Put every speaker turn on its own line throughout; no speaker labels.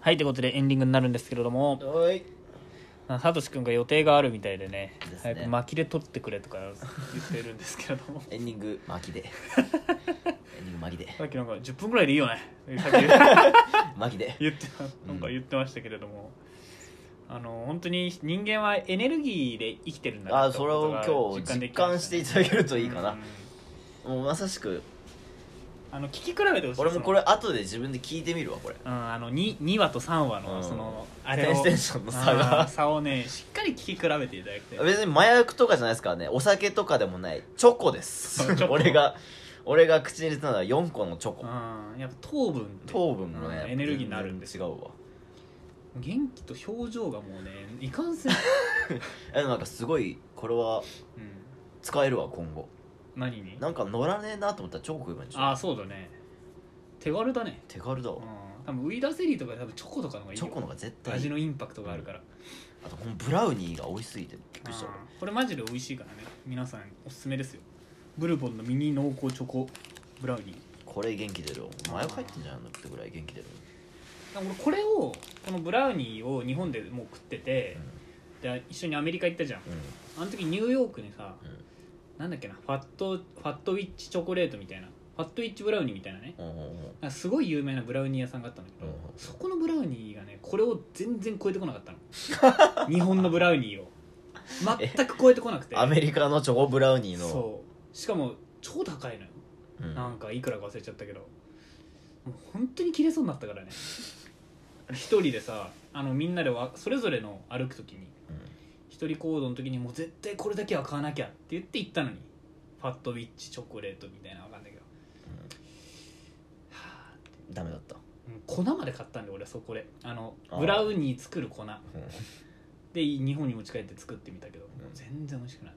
はいということでエンディングになるんですけれども
はい
サトシ君が予定があるみたいでね
ですね
早く巻きで取ってくれとか言ってるんですけれ ども
エンディング巻 きでエンディング巻きで
さっきなんか10分ぐらいでいいよね さっき
巻 きで
言ってなんか言ってましたけれども、あの本当に人間はエネルギーで生きてるんだな
あ
って
それを
ことが
今日
で
実
きま
感
し
したて
ね
いただけるといいか
う、
なんもうまさしく
あの聞き比べてほしい
俺もこれ後で自分で聞いてみるわこれ
そのうん、あの 2, 2話と3話の、
うん
そのあれを
テンションの差が
あー差をねしっかり聞き比べていただきたい
別に麻薬とかじゃないですからねお酒とかでもないチョコで
そ
す
うチョコ
俺が俺が口に入れたのは4個のチョコ
うん、やっぱ糖分って
糖分もね
うんエネルギーになるんです
全然違うわ
元気と表情がも うねいかんせん、
えでもなんかすごいこれは
うん、
使えるわ今後
何に
なんか乗らねえなと思ったらチョコ食えばいいんでしょ
ああそうだね手軽だね
手軽だわ
うん多分ウイダーセリーとか多分チョコとかの方がいい
チ
よ
ョコの方が絶対いい
味のインパクトがあるから、
あとこのブラウニーが美味しすぎてびっくりした
うんこれマジで美味しいからね皆さんおすすめですよブルボンのミニ濃厚チョコブラウニー
これ元気出るわ麻薬入ってんじゃないのってぐらい元気出る
俺これをこのブラウニーを日本でもう食ってて、で一緒にアメリカ行ったじゃん
うん
あの時ニューヨークにさ、
うん
なんだっけなファットファットウィッチチョコレートみたいなファットウィッチブラウニーみたいなね
うんうんうん
なんかすごい有名なブラウニー屋さんがあったんだけど、
うん
そこのブラウニーがねこれを全然超えてこなかった の日本のブラウニーを全く超えてこなくて
アメリカのチョコブラウニーの
そうしかも超高いのよ
うん
なんかいくらか忘れちゃったけどもう本当に切れそうになったからね一人でさあのみんなでわそれぞれの歩く時に一人行動の時にもう絶対これだけは買わなきゃって言って行ったのにファットウィッチチョコレートみたいなのわかんないけどはぁ
うんダメだった
うん粉まで買ったんで俺そこであの
あー
ブラウニー作る粉
うん
で日本に持ち帰って作ってみたけど、
うん
全然美味しくない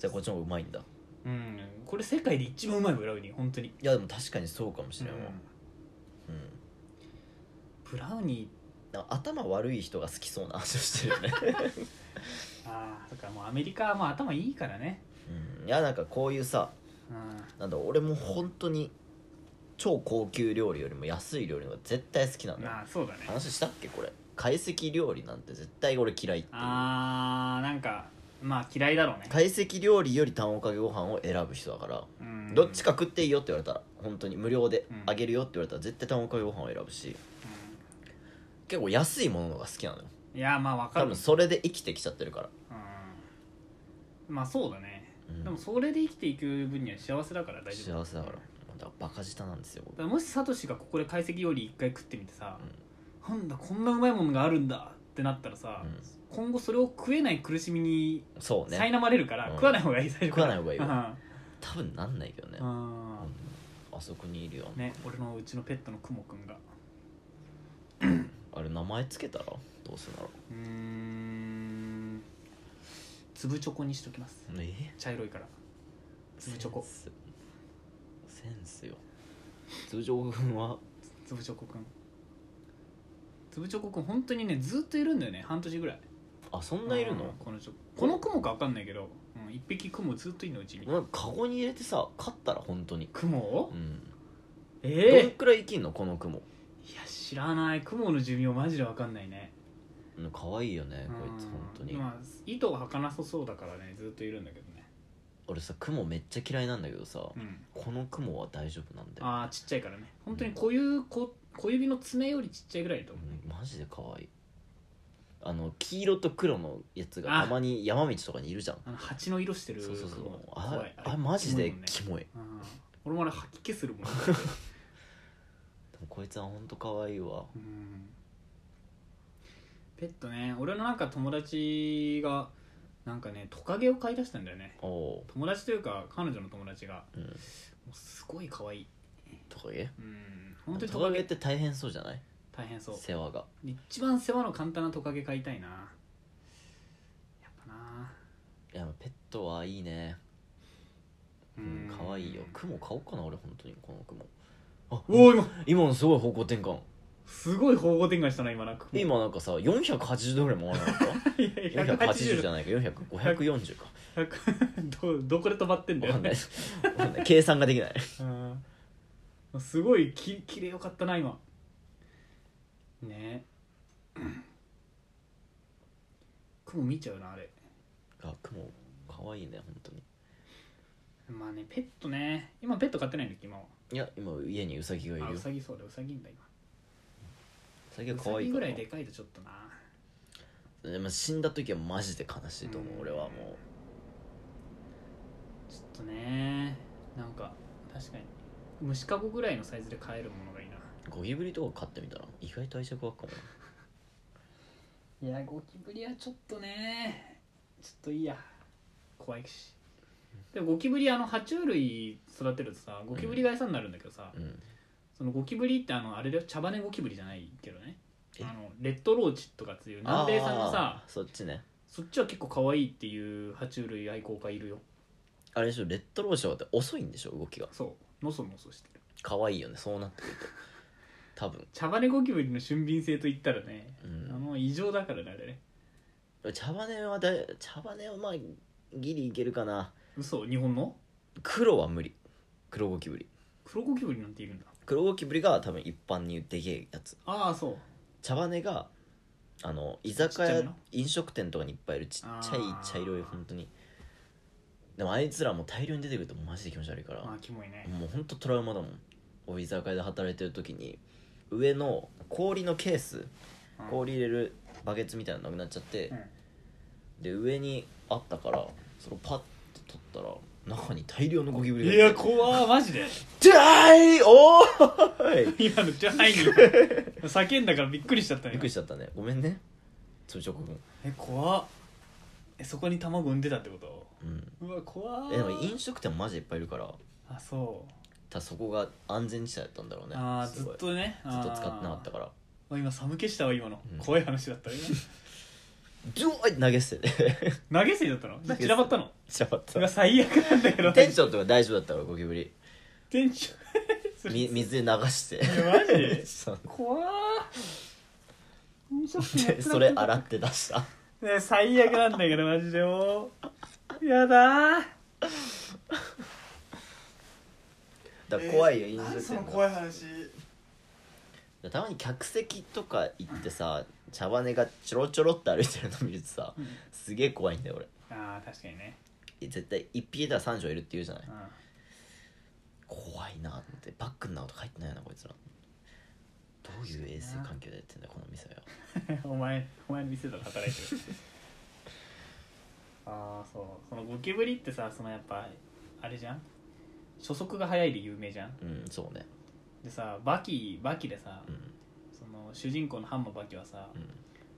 じゃあこっちの方がうまいんだ
うんこれ世界で一番うまいブラウニー本当に、
いやでも確かにそうかもしれんわ
うん
うん
ブラウニー
なんか頭悪い人が好きそうな味をしてるよね、
ああそっかもうアメリカはもう頭いいからね
うん、いやなんかこういうさ
うん
なんだ俺も本当に超高級料理よりも安い料理の方が絶対好きなんだよ
まあそうだね
話したっけこれ懐石料理なんて絶対俺嫌いっていう
あーなんかまあ嫌いだろうね
懐石料理より卵かけご飯を選ぶ人だから、
うん
どっちか食っていいよって言われたら本当に無料で
うん
あげるよって言われたら絶対卵かけご飯を選ぶし結構安いもののが好きなのよ
うんいやまあわか
多
る
分それで生きてきちゃってるから、
うんまあそうだね
うん
でもそれで生きていく分には幸せだから大丈夫
幸せだからだからバカ舌なんですよ
だ
僕
からもしサトシがここで懐石料理一回食ってみてさ、なんだこんなうまいものがあるんだってなったらさ、
うん
今後それを食えない苦しみに
そうね
苛まれるから、
うん
食わない方がいい最初から
食わない方がいい多分なんないけどね、
うんうん
あそこにいるよ、
ね俺のうちのペットのクモくんが
あれ名前つけたらどうするんだろ
うーん粒チョコにしときます
うえ
茶色いから粒チョコ
センスセンスよ通常軍は
粒チョコくん粒チョコくん本当にねずっといるんだよね半年ぐらい
あそんないるの、
うんこのチョコこのクモか分かんないけど、うん、一匹クモずっといるのうちに
なんかカゴに入れてさ勝ったら本当に
クモを
うんどん
ええ
くらい生きんのこの雲
いや知らないクモの寿命マジで分かんないね
うん可愛いよね
こ
こいつ本当に
まあ糸が儚さそうだからねずっといるんだけどね
俺さ雲めっちゃ嫌いなんだけどさ
うん
この雲は大丈夫なんだよ
ああちっちゃいからね本当に小指小小指の爪よりちっちゃいぐらいだと
う
思うん
マジで可愛いあの黄色と黒のやつが
あ
たまに山道とかにいるじゃん
あの蜂の色してる
そうそうそう
雲が
あ
怖
れ
い
あれマジで
キ
キ
モ
モい
いもんねうん俺もあれ吐き気するもん
でもこいつは本当可愛いわ
うんペットね俺のなんか友達がなんかねトカゲを飼い出したんだよね
おお
友達というか彼女の友達が
ー、うん、
もうすごい可愛い
トカゲ
うん本当にト
トカ
カ
ゲ
ゲ
って大変そうじゃない
大変そう
世話が
一番世話の簡単なトカゲ飼いたいなやっぱない
やペットはいいね
う
うん可愛いよ雲買おうかな俺本当にこの雲あ
おお今
今のすごい方向転換
すごい方向転換したな今なんか
今なんかさ480度ぐらい回らなかった
いやいや
480
180
じゃないか400540か
100どどこで止まってんだ
分か
よ
んないわかんない計算ができない
うんすごいききれいよかったな今ねうん雲見ちゃうなあれ
あ雲かわいいね本当に
まあねペットね今ペット飼ってないんだっけ今はい
や今家にウサギがいる
あ
よ
ウ
ウサ
サギそうだウサギいんだ今
ギ
ウ
は可
サ
愛
ギ
いか
ぐ
ら
らい
な
でかいとちょっとな
でも死んだ時はマジで悲しいと思う、
うん
俺はも
ちょっとねなんか確かに虫かごぐらいのサイズで飼えるものがいいう
ゴキブリとか飼ってみたら意外と愛着湧くかも
ないやゴキブリはちょっとねちょっといいや怖いしでもゴキブリあの爬虫類育てるとさゴキブリが餌になるんだけどさ、
なうん
そのゴキブリってあのあれだよ茶羽根ゴキブリじゃないけどね
え
あのレッドローチとかっていう南米産のさ
あーそっちね
そっちは結構可愛いっていう爬虫類愛好家いるよ
あれでしょレッドローションって遅いんでしょ動きが
そうのそのそしてる
可愛いよねそうなってくると多分
茶羽根ゴキブリの俊敏性といったらね、
うん
あの異常だからねあれね
茶羽根はだい茶羽根はまあギリいけるかな
嘘日本の
黒は無理黒ゴキブリ
黒ゴキブリなんているんだ
黒ゴキブリが多分一般にでけえやつ
ああそう
茶羽根があの居
ちっ
酒
ちゃめ
屋
の
飲食店とかにいっぱいいるちっちゃい
あー
茶色い本当にでもあいつらも大量に出てくるとマジで気持ち悪いから
まあキモいね
もう本当トラウマだもん俺居酒屋で働いてる時に上の氷のケー
う
ス
ん
氷入れるバケツみたいなのなくなっちゃって、
うん
で上にあったからそれをパッて取ったら中に大量のゴキブリが
いや怖ーマジで
じゃあいおーい
今のジャイに叫んだからびっくりしちゃったね
びっくりしちゃったねごめんね通直分
え怖っえそこに卵産んでたってこと
うん
うわ怖ー
えでも飲食店もマジでいっぱいいるから
あそう
たそこが安全地帯だったんだろうね
ああ
す
ず
ご
っ
い
とね
ずっと使ってなかった
か
から
ら今寒気したわ今の、
うん
怖い話だった今
ジョーイ投げ捨てて
投げ銭だったの
げ銭
散らばったの
しゃばっ
うわ
た
最悪なんだけど
テンションとか大丈夫だったからゴキブリ
テンション
み水で流して
いやマジで
そう
怖ー飲食店やってなか
で
った
それ洗って出した
ね最悪なんだ けどマジでもうやだー
だから怖いよ飲
えー
食
何その
店
怖
が
い話
たまに客席とか行ってさ茶羽根がちょろちょろって歩いてるの見るとさすげえ怖いんだよ俺
ああ確かにね、
え絶対一匹いたら三畳いるって言うじゃない
うん、
怖いなってバックになこと書いてないなこいつらどういう衛生環境でやってんだこの店 は
お前お前の店で働いてるああそうそのゴキブリってさそのやっぱあれじゃん初速が速いで有名じゃん
うんそうね
でさバキバキでさ、
うん
その主人公のハンマーバキはさ、
うん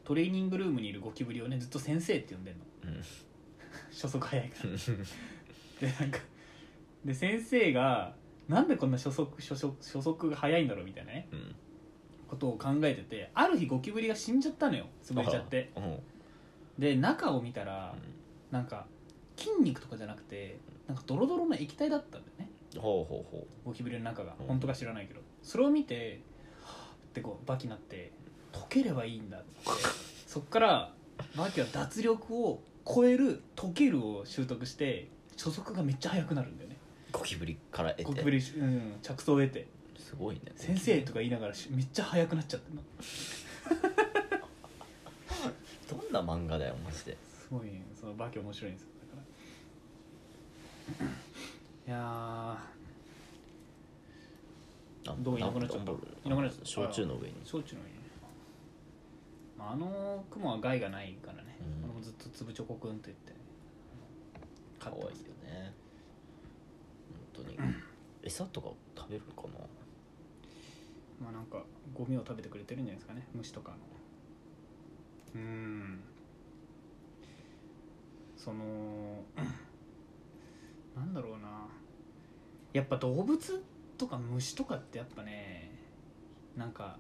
トレーニングルームにいるゴキブリをねずっと先生って呼んでんの
うん
初速速いからでなんかで先生がなんでこんな初速初速初速が速いんだろうみたいなね
うん
ことを考えててある日ゴキブリが死んじゃったのよ潰れちゃって
うんうん
で中を見たらなんか筋肉とかじゃなくてなんかドロドロの液体だったんだよね
ほうほうほ
ゴキブリの中が
うん
本当か知らないけどそれを見てはぁってこうバキになって溶ければいいんだってそっからバキは脱力を超える溶けるを習得して初速がめっちゃ速くなるんだよね
うゴキブリから得て
ゴキブリ、うん、着想を得て
すごいね
先生とか言いながらしめっちゃ速くなっちゃっての
どんな漫画だよマジです
ごいねそのバキ面白いんですよだからいや
あ
どういなくなっちゃった
ダンボール
いなくなっちゃった
焼酎の上に
ー焼酎のいいね、まあ、あの雲は害がないからね、
うん
俺もずっと粒チョコくんって言ってね飼
可
っ
愛
て
いよ
ますけど
ね本 当に餌とか食べるかな
まあなんかゴミを食べてくれてるんじゃないですかね虫とかのうーんその なんだろうなやっぱ動物とか虫とかってやっぱねなんか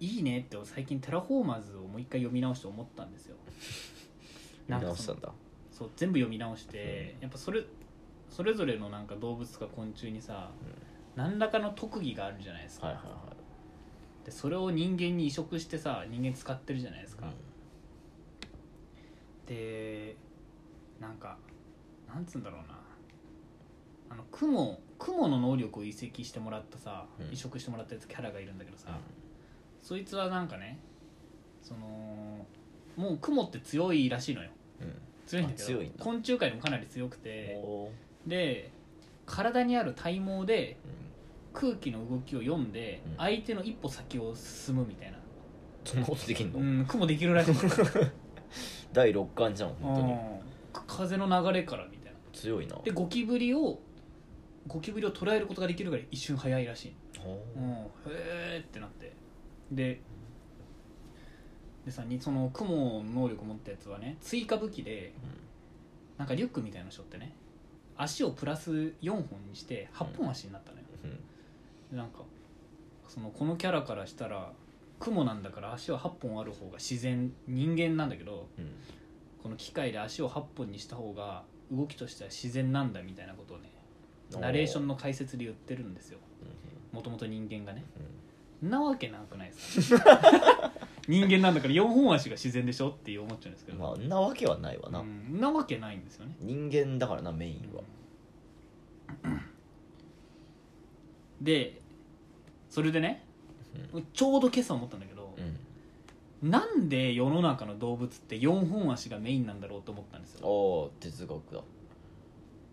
いいねって最近テラフォーマーズをもう一回読み直して思ったんですよなん
見
か
直し
そ
た
の
んだ
そう全部読み直して、やっぱそれそれぞれのなんか動物とか昆虫にさ、何らかの特技があるじゃないですか、
はいはいは
でそれを人間に移植してさ人間使ってるじゃないですか、
い
でなんかなんつうんだろうなあの雲雲の能力を移籍してもらったさ、
うん
移植してもらったやつキャラがいるんだけどさ、
うん
そいつはなんかねそのもう雲って強いらしいのよ
うん
強いんだけ
あ
ど
強いんだ
昆虫界でもかなり強くて
おー
で体にある体毛で
うん
空気の動きを読んで、
うん
相手の一歩先を進むみたいな、
そんなことできんの、
うん、雲できるらしい の
第六感じゃん本当に
うん風の流れからみたいな
強いな
でゴキブリをゴキブリを捉えることができるぐらい一瞬早いらしい
ほ
うん、へえってなってででさにその雲の能力持ったやつはね追加武器でなんかリュックみたいなのしょってね足をプラス4本にして8本足になったのよ、
ううん
でなんかそのこのキャラからしたら雲なんだから足は8本ある方が自然人間なんだけど
うん
この機械で足を8本にした方が動きとしては自然なんだみたいなことをね
うん
ナレーションの解説で言ってるんですよ
うん
もともと人間がね
うん
なわけなくないですか 人間なんだから4本足が自然でしょって思っちゃうんですけ
う
ど、
んまあんなわけはないわな、
うんなわけないんですよね
人間だからなメインは
でそれでねちょうど今朝思ったんだけど
う、ん
なんで世の中の動物って4本足がメインなんだろうと思ったんですよ
おー哲学だ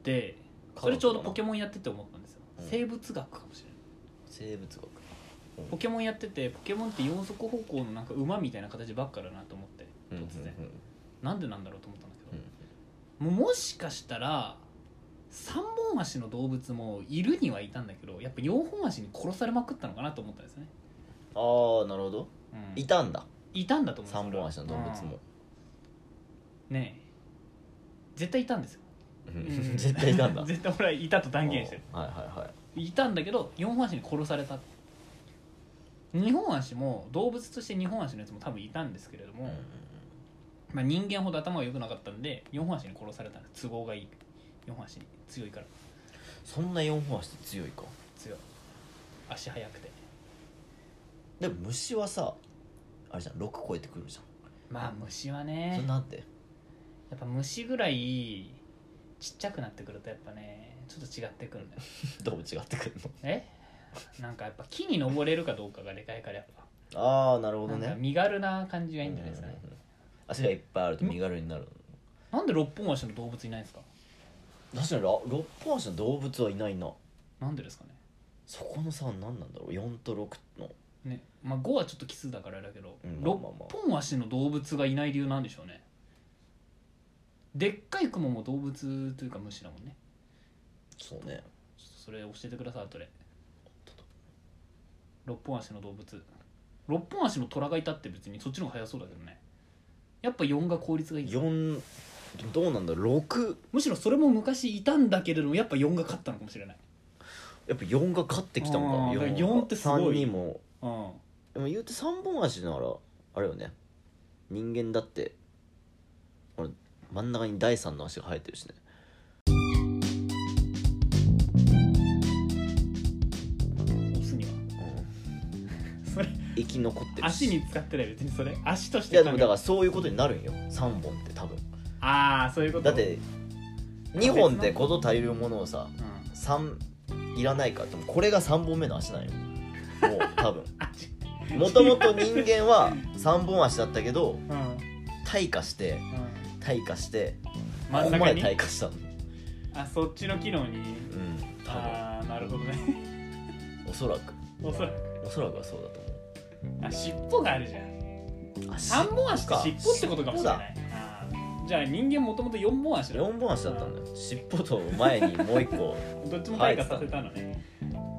でそれちょうどポケモンやってて思ったんですよ、
うん
生物学かもしれない
生物学
ポケモンやっててポケモンって四足歩行のなんか馬みたいな形ばっかだなと思って突然、
うんうん
なんでなんだろうと思ったんだけ
う
ど
ん、
もうもしかしたら3本足の動物もいるにはいたんだけどやっぱ4本足に殺されまくったのかなと思ったんですね、
ああなるほど
うん
いたんだ
いたんだと思う
三本足の動物も、
ねえ絶対いたんですよ
うん 絶対いたんだ
絶対俺はいたと断言してる
おーはいはいはい
いたんだけど4本足に殺された2本足も動物として2本足のやつも多分いたんですけれども、まあ、人間ほど頭が良くなかったんで4本足に殺されたんです都合がいい4本足に強いから
そんな4本足って強いか
強い足速くて
でも虫はさあれじゃん6超えてくるじ
まあ虫は
ゃんそ
ね
れなん で
やっぱ虫ぐらいちっちゃくなってくるとやっぱねちょっと違ってくるんだよ
どう違ってくる
えなんかやっぱ木に登れるかどうかがでかいからやっぱ
のああなるほど
なんか
ね
身軽な感じがいいんじゃないですかね、
うんうんうん足がいっぱいあると身軽になる
なんで六本足の動物いないんですか
確かに6本足の動物はいないな
なんでですかね
そこの差は何なんだろう4と6の
ねまあ5はちょっと奇数だからだけど、
うん
六
まあまあまあ
6本足の動物がいない理由なんでしょうねでっかいクモも動物というか虫だもんね
そうね
ちょっとそれ教えてください後で6本足の動物6本足の虎がいたって別にそっちの方が速そうだけどねやっぱ4が効率がいい
4どうなんだろう6
むしろそれも昔いたんだけれどもやっぱ4が勝ったのかもしれない
やっぱ4が勝ってきたん
あー
か
だから
四
四ってすごい
3人も
うん
でも言うて3本足ならあれよね人間だってこれ真ん中に第3の足が生えてるしね
オスにはそれ
生き残ってるし
足に使ってない別にそれ足とし
い
て
やでもだかららそういうことになるんよ3本って多分
ああそういうこと
だって2本でこと足りるものをさ
うん
3いらないからでもこれが3本目の足なんよもう多 分
足
もともと人間は3本足だったけど
うんうん
退化して退化して
真ん
ここ
中
ま
に
で退化したの
あそっちの機能に
うん多分
ああなるほどね
おそらく
おそらく
おそらくはそうだと思う
あ尻尾があるじゃん
足
3本足って尻尾ってことかもしれないあーじゃあ人間もともと4本足だ
4本足だったんだよ尻尾と前にもう一 個
どっちも退化させたのね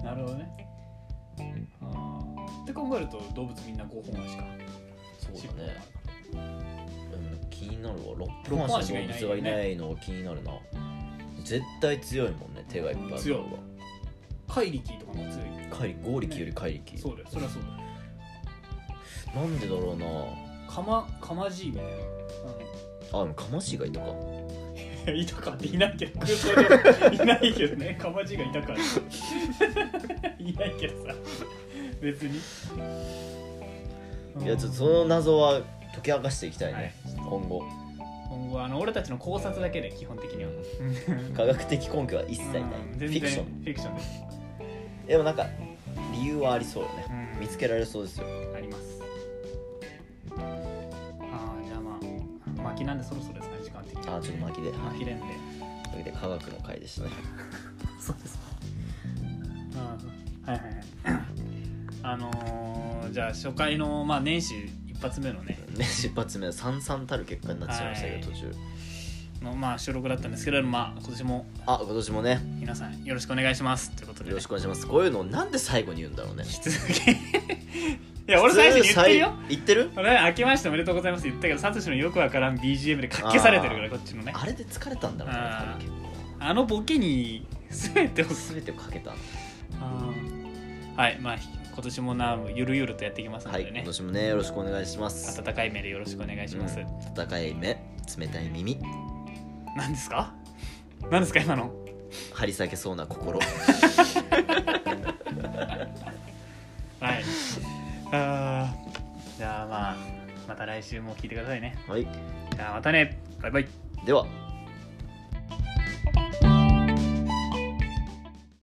なるほどねあーって考えると動物みんな5本足か
そうだね、うん、気になるわ6
六
本
本
足
足が
の
い
動
ない
物がいないのが気になるな絶対強いもんね手がいっぱいある
強い怪力とかも強い
怪力合力より怪力、
そうだよそれはそうだよ
なんでだろうな
かまかまじいみたいな
あでもカマシがいたか
うん いたかっていないけど空想でいないけどねかまじいがいたから いないけどさ別に
いやちょっとその謎は解き明かしていきたいね、
はい
今後
今後あの俺たちの考察だけで基本的には
科学的根拠は一切な
う
い
ん全
フ
然
ィクション
フィクションです
でもなんか理由はありそうよね
うん
見つけられそうですよ
ありますきなんでそろそろですね時間的に
あーちょっと巻きではい
切れんで
というわけで科学の回でしたね
そうですうんはいはいはい あのーじゃあ初回の、まあ、年始一発目のね
ね出発目はさんさんたる結果になってしまいましたけど
は
途中
の、まあ、収録だったんですけれども、まあ、今年も
あ今年もね
皆さんよろしくお願いしますということで、
よろしくお願いしますこういうのをなんで最後に言うんだろうね
引き続き いや俺最初に言ってるよ
普通最言ってる
俺明けましておめでとうございますって言ったけどサトシのよくわからん BGM でかっけされてるからこっちのね
あれで疲れたんだろうね
あー
多分
あのボケに全てを
結構全てをかけた
はいまあ今年もなゆるゆるとやっていきますの
は
で
い今
ね、
年もねよろしくお願いします
温かい目でよろしくお願いします、
温かい目冷たい耳
何ですか何ですか今の
張り裂けそう な心
はい あーじゃあまあまた来週も聞いてくださいね
はい
じゃあまたねバイバイ
では